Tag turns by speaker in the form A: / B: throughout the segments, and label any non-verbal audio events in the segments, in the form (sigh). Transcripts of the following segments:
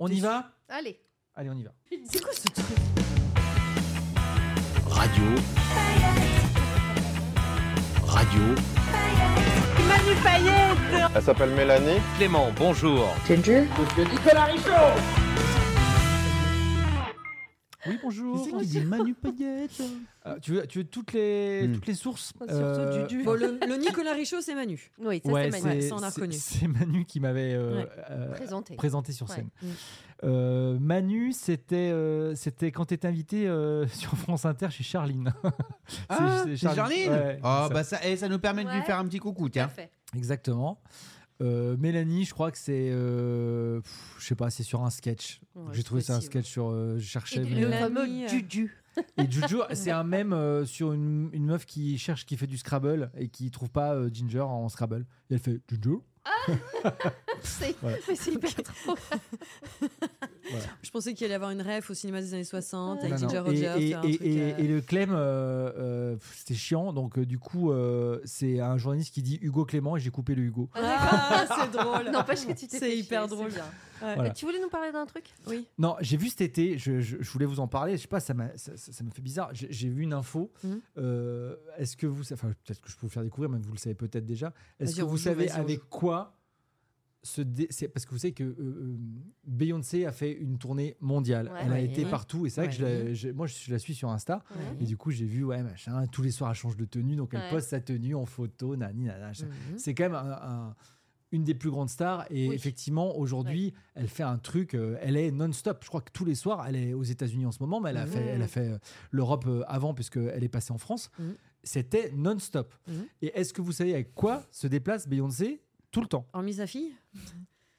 A: On y va
B: Allez.
A: Allez, on y va.
B: C'est quoi ce truc
C: Radio. Radio.
D: Elle s'appelle Mélanie.
E: Clément, bonjour.
A: Oui, bonjour.
F: C'est qui dit
A: (laughs)
F: Manu Payette
A: Euh, tu, veux, tu veux toutes les,
F: Hmm.
A: toutes les sources
G: Surtout
A: Euh,
G: du, du- Bon, le, le Nicolas Richaud, c'est Manu.
B: Oui, ça
A: Ouais,
B: c'est
A: c'est
B: Manu.
G: ça, on a
A: c'est-
G: reconnu.
A: c'est Manu qui m'avait euh,
G: Ouais.
A: euh,
B: Présenté.
A: présenté sur
B: Ouais.
A: scène.
B: Mm.
A: Euh, Manu, c'était euh, c'était quand tu étais invité euh, (laughs) sur France Inter chez Charline. (laughs) C'est-
F: Ah, c'est Charline
A: Ouais,
F: Oh,
A: ça.
F: bah ça, Ah, eh, ça nous permet de lui
B: Ouais.
F: faire un petit coucou, tiens.
B: Parfait.
A: Exactement. Euh, Mélanie, je crois que c'est, euh, pff, je sais pas, c'est sur un sketch.
B: Ouais,
A: J'ai trouvé
B: c'est
A: ça un
B: possible.
A: sketch sur, euh, je cherchais.
B: Et
A: mais-
B: le
G: Mélanie,
B: fameux
G: euh,
B: Juju.
A: Et
B: (laughs)
A: Juju, c'est un mème euh, sur une, une meuf qui cherche, qui fait du Scrabble et qui trouve pas euh, Ginger en Scrabble. Et elle fait Juju.
B: C'est
A: Voilà.
B: mais c'est hyper drôle.
G: Je pensais qu'il allait y avoir une ref au cinéma des années 60
A: Non,
G: avec
A: non.
G: Ginger
A: Et-
G: Rogers.
A: Et,
G: faire un
A: et-
G: truc,
A: et-
G: euh,
A: et le Clem, euh, euh, pff, c'était chiant. Donc, euh, du coup, euh, c'est un journaliste qui dit Hugo Clément et j'ai coupé le Hugo.
G: (laughs) Ah, (laughs) c'est drôle.
B: N'empêche que tu t'es
G: C'est
B: fait
G: hyper
B: chier,
G: drôle.
B: c'est bien.
G: Ouais.
A: Voilà.
B: Euh, Tu voulais nous parler d'un truc
G: Oui.
A: Non, j'ai vu cet été, je, je- je voulais vous en parler, je sais pas, ça m'a ça, ça- ça me fait bizarre. J'ai- J'ai vu une info.
G: Mhm.
A: euh, Est-ce que vous. Enfin, peut-être que je peux vous faire découvrir, mais vous le savez peut-être déjà. Est-ce
G: Vas-y,
A: que
G: on
A: vous
G: joue,
A: savez
G: vas-y, on
A: avec
G: joue.
A: quoi. Se dé- c'est- Parce que vous savez que euh, euh, Beyoncé a fait une tournée mondiale.
B: Ouais,
A: Elle a
B: ouais,
A: été
G: ouais.
A: partout. Et c'est vrai que je la-
G: Ouais.
A: je- moi, je la suis sur Insta.
B: Ouais.
A: Et du coup, j'ai vu, ouais, machin, tous les soirs, elle change de tenue. Donc, elle
B: Ouais.
A: poste sa tenue en photo, nani, nana. machin.
G: Mhm.
A: C'est quand même un- un- une des plus grandes stars. Et
B: Oui.
A: effectivement, aujourd'hui, elle fait un truc. euh, elle est non-stop. Je crois que tous les soirs, elle est aux États-Unis en ce moment, mais elle a
G: Mhm.
A: fait, elle a fait euh, l'Europe euh, avant, puisqu'elle est passée en France.
G: Mhm.
A: C'était non-stop.
G: Mhm.
A: Et est-ce que vous savez avec quoi se déplace Beyoncé tout le temps
G: Hormis sa fille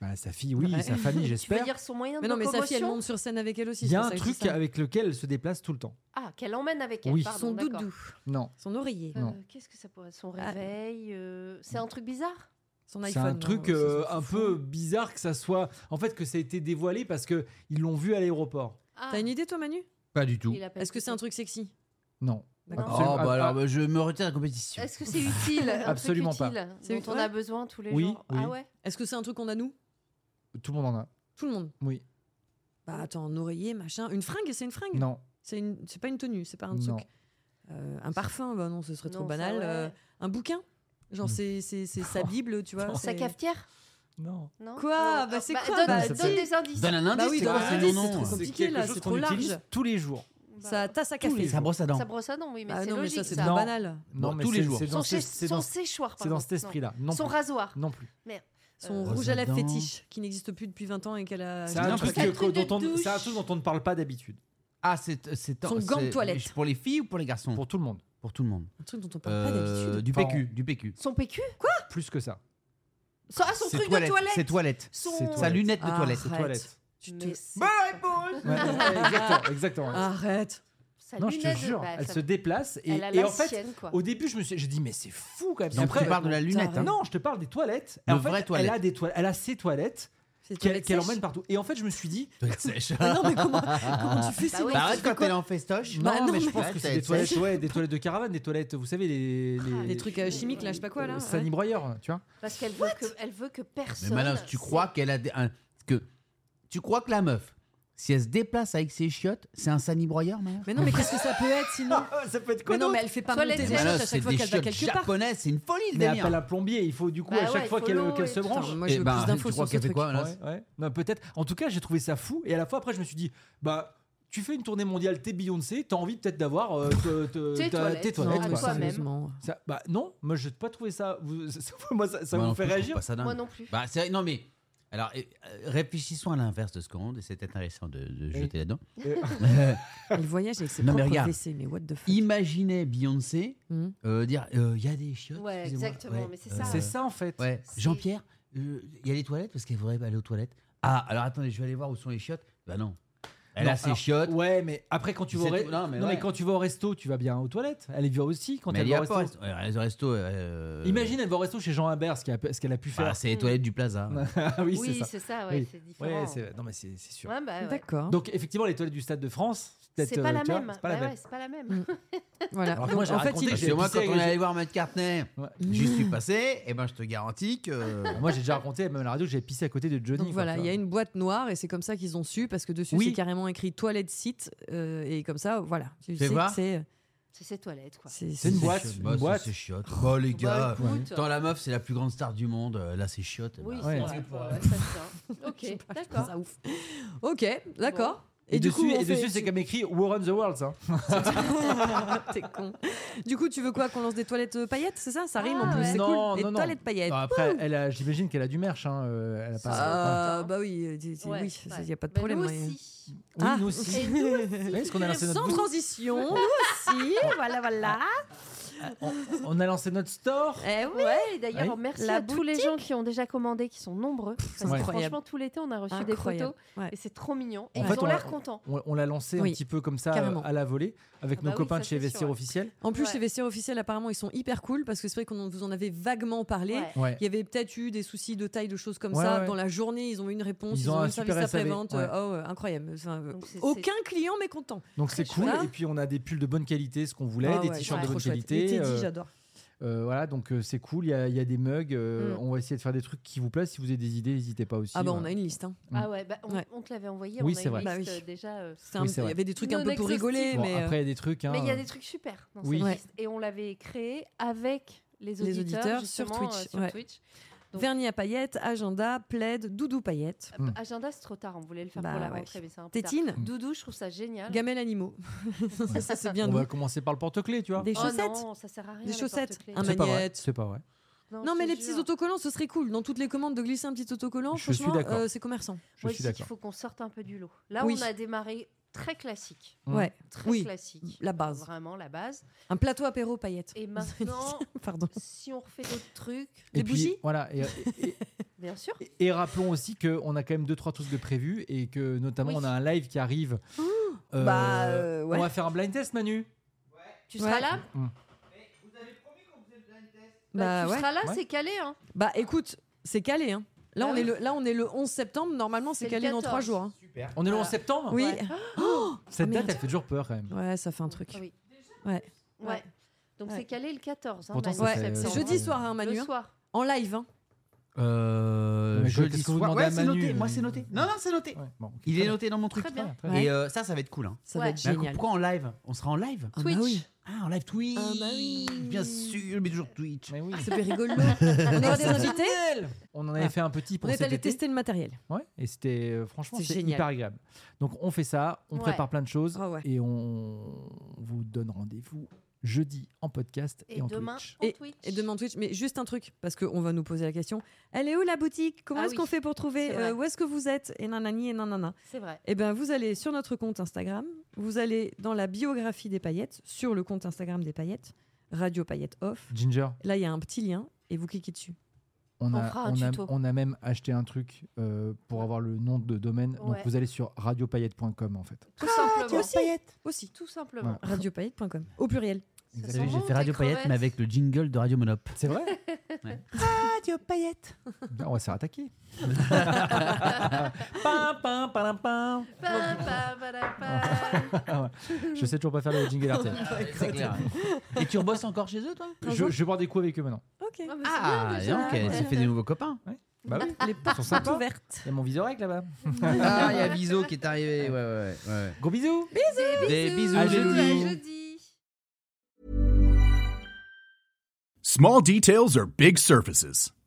A: Bah, Sa fille, oui,
G: Ouais.
A: sa
G: (laughs)
A: famille,
B: Tu veux
A: j'espère.
B: dire son moyen
G: Mais
B: de
G: non, mais sa fille, elle
B: locomotion
G: monte sur scène avec elle aussi.
A: Il y
G: c'est
A: a
G: pour
A: un
G: ça que je dis
A: truc
G: ça.
A: avec lequel elle se déplace tout le temps.
B: Ah, qu'elle emmène avec elle.
A: Oui.
B: pardon,
G: Son
B: d'accord.
G: doudou,
A: Non.
G: son oreiller,
B: Euh,
A: Non.
B: Qu'est-ce que ça pourrait Son
G: Ah.
B: réveil euh, C'est un truc bizarre
G: son
A: C'est
G: iPhone.
A: un
G: non,
A: truc
G: ça, ça,
A: euh,
G: c'est
A: un
G: fou.
A: peu bizarre que ça soit. En fait, que ça a été dévoilé parce que ils l'ont vu à l'aéroport.
B: Ah,
G: T'as une idée, toi, Manu
F: Pas du tout.
B: il a pas
G: Est-ce que c'est un
B: écouté.
G: truc sexy
A: Non.
G: D'accord.
F: Oh,
A: Absolument-
F: bah alors,
A: ah,
F: bah, je me retire de la compétition.
B: Est-ce que c'est utile un truc
A: Absolument pas.
B: utile
G: C'est
B: Dont on
G: vrai
B: a besoin tous les
A: Oui,
B: jours
A: oui.
B: Ah ouais
G: Est-ce que c'est un truc qu'on a nous
A: Tout le monde en a.
G: Tout le monde.
A: Oui.
G: Bah attends, un oreiller, machin, une fringue, c'est une
B: Hmm.
G: fringue.
A: Non.
G: C'est une, c'est pas une tenue, c'est pas un
A: Non.
G: truc. Euh, un parfum, bah non, ce serait trop
B: Non, ça,
G: banal.
B: ouais.
G: Euh, un bouquin, genre c'est c'est
A: (laughs)
G: c'est sa bible, tu vois.
B: Sa
G: c'est-
B: cafetière
A: Non.
B: Non
G: Quoi
B: Non.
G: Bah, c'est
B: Ah,
G: quoi
B: Donne,
G: Bah,
B: donne
A: c'est-
B: des indices.
F: Donne un indice,
G: Bah oui,
F: c'est
G: donne
F: quoi
G: un
F: ces
G: indice,
F: noms,
G: c'est
F: hein
G: trop compliqué, là, c'est trop
A: qu'on
G: large.
A: utilise tous les jours.
G: Sa tasse à
A: Tous
G: café.
A: les
F: Ça brosse à dents.
B: Ça brosse à dents, oui, mais
G: Bah
B: c'est
G: non, mais
B: logique.
G: ça c'est
B: ça.
A: Non.
G: trop banal.
A: Non,
F: Bon,
A: mais
F: tous
A: c'est-
F: les jours.
A: C'est
B: Son,
A: dans, ce-
B: sé-
A: c'est
B: son
A: dans-
B: séchoir,
A: c'est
B: pardon.
A: dans cet esprit-là. Non,
B: Non. Son
A: plus.
B: rasoir.
A: non plus.
G: Son
B: Euh,
G: rouge à lèvres
F: Rosadin.
G: fétiche qui n'existe plus depuis 20 ans et qu'elle a.
A: C'est un,
F: Non,
A: truc
B: parce que-
A: que-
B: Truc de
A: dont on-
B: douche.
A: c'est un truc dont on ne parle pas d'habitude.
F: Ah, c'est. c'est
G: Son gant de
F: c'est-
G: toilette.
F: Pour les filles ou pour les garçons
A: Pour tout le monde.
F: Pour tout le monde.
G: Un truc dont on parle pas
F: Euh,
G: d'habitude.
F: du
A: Enfin,
F: PQ, du PQ.
B: Son PQ
A: Plus que
B: (laughs)
A: ça.
B: Son- Ah, son
F: C'est
B: truc de
F: toilette,
B: toilette
F: C'est toilette.
B: Son-
A: C'est
F: Sa
A: Toilette.
F: lunette de
G: Ah.
F: toilette.
A: C'est
G: Arrête.
A: toilette.
G: Tu
B: Mais
G: te-
B: c'est-
A: Ouais, ouais,
B: Ah,
A: exactement. exactement.
G: Arrête.
B: Sa
A: non, je te
B: lunette,
A: jure.
B: bah,
A: elle
B: ça-
A: se déplace. Et,
B: elle a
A: et en
B: la
A: fait,
B: sienne, quoi.
A: Au début, je me suis, j'ai dit mais c'est fou quand même.
F: Donc
A: Après-
F: tu parles de la lunette.
G: t'arrêtes.
F: hein.
A: Ah Non, je te parle des toilettes.
F: De
A: en fait,
F: vraies toilettes.
A: Elle a des toilettes. Elle a ses toilettes
G: C'est
A: qu'elle,
G: toilette
A: qu'elle
G: sèche.
A: emmène partout. Et en fait, je me suis dit,
F: (laughs) Toilette sèche.
G: Mais non, mais comment, comment tu fais
B: Bah
G: sinon
B: oui.
G: tu
F: Bah, Arrête
G: fais
F: quand
G: quoi
F: elle est en festoche.
A: non,
G: Bah non,
A: mais je
G: mais-
A: pense
F: Ouais,
A: que
F: t'as-
A: c'est des
F: t'as-
A: toilettes, ouais, des toilettes de caravane, des toilettes, vous savez les les,
G: Des trucs euh, chimiques, là, je sais pas quoi là.
A: euh,
G: ouais.
A: Sani broyeur, tu vois.
B: Parce qu'elle veut, que, elle veut que personne.
F: Mais malin, tu crois qu'elle a des- un- que tu crois que la meuf, si elle se déplace avec ses chiottes, c'est un sanibroyeur, malin
G: Mais non, mais qu'est-ce que ça peut être sinon
A: Ah, ça peut être
G: Mais non, mais elle fait pas
B: Toilette
G: monter les
B: sèche.
G: chiottes
F: malin,
G: à
F: c'est
G: chaque fois
F: des
G: qu'elle va
F: chiottes
G: quelque part.
F: japonaises, c'est une folie le
A: Mais
F: délire.
A: appelle un plombier, il faut du coup
B: Bah
A: à chaque
B: ouais,
A: fois
B: il faut
A: qu'elle
B: l'eau
A: qu'elle
B: et
A: se
B: tout.
A: branche.
G: Attends, moi
F: Eh
G: je veux
F: ben,
G: plus d'infos
F: tu
G: sur
F: crois
G: ce
F: qu'elle fait
G: truc.
F: quoi malin
A: Ouais, ouais. Non, peut-être. En tout cas, j'ai trouvé ça fou. Et à la fois, après, je me suis dit, bah, tu fais une tournée mondiale, t'es Beyoncé, t'as envie peut-être d'avoir euh, te- te-
B: Tes
A: ta-
B: toilettes.
A: tes
B: Non,
A: toilettes.
B: mais
A: quoi.
B: toi-même.
G: sérieusement.
A: Ça- bah non, moi je n'ai pas trouvé ça. vous- (laughs) ça- moi ça, ça
F: Moi
A: vous
F: non
A: fait
F: plus, je trouve
A: réagir
F: pas ça dingue.
B: Moi non plus.
F: Bah, c'est vrai, non mais alors euh, euh, réfléchissons à l'inverse de ce qu'on dit, c'est intéressant de, de jeter là-dedans.
A: (laughs) Euh,
G: Elle voyage avec ses
F: Non, mais
G: propres
F: regarde.
G: WC, mais what the fuck.
F: Imaginez Beyoncé
G: Hmm.
F: euh, dire euh, il y a des chiottes.
B: Ouais,
F: excusez-moi. euh,
B: exactement, mais c'est ça.
A: C'est ça en fait.
F: Ouais.
B: C'est-
F: Jean-Pierre, euh, il y a les toilettes parce qu'elle voudrait aller aux toilettes. Ah, alors attendez, je vais aller voir où sont les chiottes. Bah non. Elle
A: Non,
F: a ses
A: alors,
F: chiottes.
A: Ouais, mais après, quand tu vas au
F: C'est
A: re-
F: tout.
A: non,
F: Non,
A: mais,
F: mais ouais.
A: quand tu vas au resto, tu vas bien aux toilettes. Elle est vue aussi quand
F: mais
A: elle
F: elle y
A: va
F: a
A: au
F: pas
A: resto.
F: au resto. Ouais, le resto. euh,
A: Imagine, elle va au resto chez Jean Imbert, ce qu'elle a, ce qu'elle a pu
F: Ah,
A: faire.
F: c'est les toilettes du plaza.
A: Ah
B: (laughs)
A: oui, c'est
B: oui,
A: ça.
B: c'est ça, ouais,
A: Oui.
B: c'est différent.
A: Ouais, c'est- non, mais c'est c'est sûr.
B: Ouais, bah, ouais.
G: D'accord.
A: Donc, effectivement, les toilettes du Stade de France, peut-être,
B: C'est pas
A: euh,
B: la
A: tu vois,
B: même.
A: c'est pas la
B: Bah
A: même.
B: ouais, c'est pas la même.
G: Voilà.
A: Alors que
G: Donc,
A: moi, j'ai
G: en fait,
A: raconté
G: il-
A: que
F: Parce que moi,
A: pissé
F: quand
A: avec
F: on
A: les-
F: est allé voir McCartney,
A: Ouais.
F: j'y suis passé, et ben je te garantis que.
A: Moi, j'ai déjà raconté, même à la radio, que j'ai pissé à côté de Johnny.
G: donc
A: quoi,
G: voilà,
A: tu
G: il y
A: vois.
G: a une boîte noire et c'est comme ça qu'ils ont su parce que dessus
A: Oui.
G: c'est carrément écrit toilette site euh, et comme ça voilà. Tu
F: Fais
G: sais que
F: voir.
G: c'est
B: C'est ses toilettes, quoi.
G: c'est
A: C'est une boîte,
F: chiottes.
A: une
F: Bah, ça,
A: boîte.
F: C'est chiottes. Bah, les
B: Bah,
F: gars.
B: écoute,
F: Tant la meuf, c'est la plus grande star du monde. euh, Là, c'est chiottes.
B: Oui,
F: bah,
B: c'est
A: Ouais.
B: vrai. ouais, ça se tient.
G: Je sais
B: Ok,
G: pas, je trouve
B: d'accord.
G: ça ouf. Ok, d'accord.
A: Et,
G: du
A: dessus,
G: coup, on
A: et
G: fait- (laughs)
A: dessus, c'est comme écrit War on the hein. World. ça.
G: Ah, T'es con. Du coup, tu veux quoi qu'on lance des toilettes euh, paillettes, c'est ça Ça rime en
B: Ah,
G: plus,
B: ouais.
G: c'est
A: Non,
G: cool.
A: non,
G: des
A: non. Ah,
G: toilettes paillettes.
A: Non, après, elle a- j'imagine qu'elle a du merch. hein, euh, elle a pas-
G: Euh, bah oui, euh, tu- tu-
B: Ouais,
G: oui, ça,
B: ouais.
G: il n'y a pas de
B: Mais
G: problème.
B: Nous
G: ouais.
B: aussi.
A: Oui,
G: Ah.
A: nous aussi.
B: Et nous
A: Vous voyez ce qu'on a lancé notre Ah.
G: Sans
A: boutique (laughs)
G: transition, nous aussi, voilà, voilà.
A: On a lancé notre store.
G: Eh oui.
B: Ouais, et d'ailleurs,
A: Oui.
B: merci
G: La
B: à tous les gens qui ont déjà commandé, qui sont nombreux. Parce que
A: Ouais.
B: franchement, tout l'été, on a reçu des
G: Incroyable.
B: photos
G: Ouais.
B: et c'est trop mignon. Et
A: En
B: ils
A: fait,
B: ont
A: on-
B: l'air contents.
A: On, on l'a lancé
G: Oui,
A: un petit peu comme ça
G: carrément.
A: euh, à la volée avec
B: Ah
A: nos
B: bah oui,
A: copains de
B: ça,
A: chez
B: c'est
A: Vestiaire
B: sûr, ouais.
G: (laughs)
A: Officiel.
G: En plus,
B: Ouais.
G: les vestiaires officiels, apparemment, ils sont hyper cool parce que c'est vrai qu'on en- vous en avait vaguement parlé.
B: Ouais.
A: Ouais.
G: Il y avait peut-être eu des soucis de taille, de choses comme
A: Ouais,
G: ça.
A: ouais.
G: Dans la journée, ils ont eu une réponse,
A: Ils
G: ils,
A: ont
G: ont,
A: un
G: eu le service
A: super SAV,
G: après-vente.
A: ouais.
G: euh, oh, incroyable. Enfin, euh,
B: Donc, c'est-
G: aucun client mécontent.
A: Donc c'est
G: Très
A: cool.
G: chouette.
A: Et puis on a des pulls de bonne qualité, ce qu'on voulait,
G: Ah
A: des
G: ouais,
A: t-shirts
G: c'est
A: de
G: trop
A: bonne
G: chouette. Les
A: qualité.
G: Teddy,
A: euh,
G: j'adore.
A: euh, voilà, donc euh, c'est cool. Il y, a- il y a des mugs. euh,
G: Mm.
A: On va essayer de faire des trucs qui vous plaisent. Si vous avez des idées, n'hésitez pas aussi.
G: Ah bah on
A: voilà.
G: a une liste. hein.
B: Ah ouais, bah, on,
G: Ouais.
B: on te l'avait envoyé.
A: Oui,
B: on a
A: c'est
B: une
A: vrai.
G: Bah
B: liste,
G: oui.
B: euh, déjà. euh,
G: C'est un-
A: Oui, c'est
G: il
A: vrai.
G: y avait des trucs
B: Non
G: un peu pour
B: exhaustive.
G: rigoler,
A: Bon,
G: mais euh,
A: après il y a des trucs. hein,
B: Mais il y a
A: euh,
B: des trucs super dans
A: Oui.
B: cette
G: Ouais.
B: liste. Et on l'avait créé avec les auditeurs,
G: Les auditeurs sur
B: justement,
G: Twitch,
B: euh, sur
G: ouais.
B: Twitch. Donc-
G: vernis à paillettes, agenda, plaid, doudou paillettes,
B: Ah,
A: Hmm.
B: Agenda, c'est trop tard. On voulait le faire
G: Bah
B: pour la
G: ouais.
B: rentrée, mais c'est un peu tard.
G: tétine,
B: Doudou, je trouve ça génial.
G: gamelle animaux. (laughs) ça, ça, c'est bien
A: on
G: nous.
A: va commencer par le porte-clés, tu vois.
G: Des
B: Oh
G: chaussettes.
B: non, ça sert à rien.
G: Des
B: les
G: chaussettes.
B: porte-clés.
G: Un
A: C'est pas vrai.
G: magnète.
A: C'est pas vrai.
G: Non,
B: je
G: mais
B: te
G: les petits
B: jure.
G: autocollants, ce serait cool. Dans toutes les commandes, de glisser un petit autocollant,
A: Je suis
G: franchement,
A: d'accord.
G: euh, c'est commerçant.
A: Je
B: Moi, je
A: suis
B: dis qu'il
A: d'accord.
B: faut qu'on sorte un peu du lot. Là,
G: Oui.
B: on a démarré très classique.
A: Mm.
G: Ouais,
B: Très
G: Oui.
B: classique.
G: la base.
B: Vraiment la base.
G: Un plateau apéro paillettes.
B: (laughs) Et maintenant,
G: (laughs) Pardon.
B: si on refait d'autres trucs,
A: Et
G: Des
A: puis
G: bougies
A: voilà. Et, et-
B: bien sûr.
A: et- et rappelons aussi qu'on a quand même deux trois trucs de prévus et que notamment
B: Oui.
A: on a un live qui arrive. Euh,
G: Oh, Bah, euh, ouais.
A: On va faire un blind test, Manu.
B: Tu seras
G: Ouais.
B: là Bah,
G: Bah
B: Tu
G: ouais.
B: seras là,
A: Ouais.
B: c'est calé. Hein.
G: Bah écoute, c'est calé. hein. Là,
B: Bah
G: on
B: oui.
G: est le, là, on est le 11 septembre. Normalement, c'est
B: C'est le
G: calé dans 3
B: 14.
G: jours. hein.
A: On est le
B: Voilà.
A: 11 septembre.
G: Oui.
B: Ouais.
A: Cette
G: Ah,
A: date,
G: merde.
A: elle fait toujours peur quand même.
G: Ouais, ça fait un truc.
B: Ah oui.
G: Ouais.
B: Ouais. Donc
G: Ouais.
B: c'est calé le 14. Hein,
A: Pourtant,
B: Manu,
A: ça fait-
G: Ouais,
B: septembre.
G: c'est jeudi soir, hein, Manu.
B: Le
G: hein.
B: soir.
G: En live. hein.
F: Euh,
A: Mais
F: je
A: qu'est-ce que vous
F: soir-
A: demandez à
F: Ouais, c'est
A: Manu,
F: noté. Moi,
A: mais-
F: c'est noté. Non, non, c'est noté.
A: Ouais, bon, ok. Très
F: Il est
A: bien,
F: noté dans mon truc.
B: Très
A: très
B: bien.
A: très
G: Ouais.
F: Et euh, ça, ça va être cool. Hein.
G: Ça
B: Ouais. Bah,
G: va être
F: Mais alors,
G: génial.
F: pourquoi en live On sera en live
G: Ah bah
B: Twitch.
G: oui.
F: Ah, en live Twitch
G: Ah bah oui.
F: Bien sûr, mais toujours Twitch.
A: Mais oui.
G: Ça fait
B: (laughs)
G: rigolo. on aura des invités.
A: Ah, On en avait
G: Ah.
A: fait un petit pour
G: On est
A: cet
G: allé
A: été.
G: tester le matériel.
A: Ouais, et c'était euh, franchement
G: C'était
A: c'est
G: génial.
A: hyper agréable. Donc on fait ça, on
B: Ouais.
A: prépare plein de choses
G: Ah ouais.
A: et on vous donne rendez-vous jeudi en podcast et,
B: Et
A: en
B: demain,
A: Twitch.
B: en Twitch.
G: Et demain Twitch, mais juste un truc, parce qu'on va nous poser la question. Elle est où la boutique Comment
B: Ah
G: est-ce
B: oui,
G: qu'on fait pour trouver
B: c'est vrai.
G: Euh, Où est-ce que vous êtes Et nanani et nanana.
B: C'est vrai.
G: Eh bien, vous allez sur notre compte Instagram, vous allez dans la biographie des paillettes, sur le compte Instagram des paillettes, Radio Paillettes Off.
A: Ginger,
G: Là, il y a un petit lien et vous cliquez dessus.
A: on,
B: On
A: a,
B: fera un
A: on, a,
B: tuto.
A: on a même acheté un truc euh, pour avoir le nom de domaine. Donc
B: Ouais.
A: vous allez sur radiopaillette.com en fait.
B: Tout simplement.
G: paillettes Ah, Aussi.
B: Tout simplement.
G: Radiopaillettes.com, au pluriel.
B: Ça
A: Vous
B: sent
A: allez-
B: bon,
F: J'ai fait
B: tes
F: Radio Paillette,
B: crevettes.
F: mais avec le jingle de Radio (laughs) Monop.
A: C'est vrai (laughs)
F: Radio Paillette
A: On va se faire attaquer. (laughs) pam, pam, pam, pam.
B: Pam, pam, padam, pam.
F: Ah,
B: Ah,
A: Je sais toujours pas faire le jingle RTL.
F: C'est clair. Et tu rebosses encore chez eux, toi
A: Je, je vais boire des coups avec eux maintenant.
G: Ok.
B: Ah, mais c'est
F: Ah,
B: bien,
F: dis
B: déjà.
F: donc, elle s'est fait des nouveaux copains.
A: Bah oui,
G: Les
A: Ils sont
G: portes sont
A: sympas.
G: ouvertes.
A: il y a mon viseur avec là-bas.
F: Ah, il y a Viso qui est arrivé. Ouais, ouais, ouais.
A: Gros bisous
F: Des bisous,
A: À
F: les
A: jeudi.
F: loulous.
B: À jeudi.
E: Small details are big surfaces.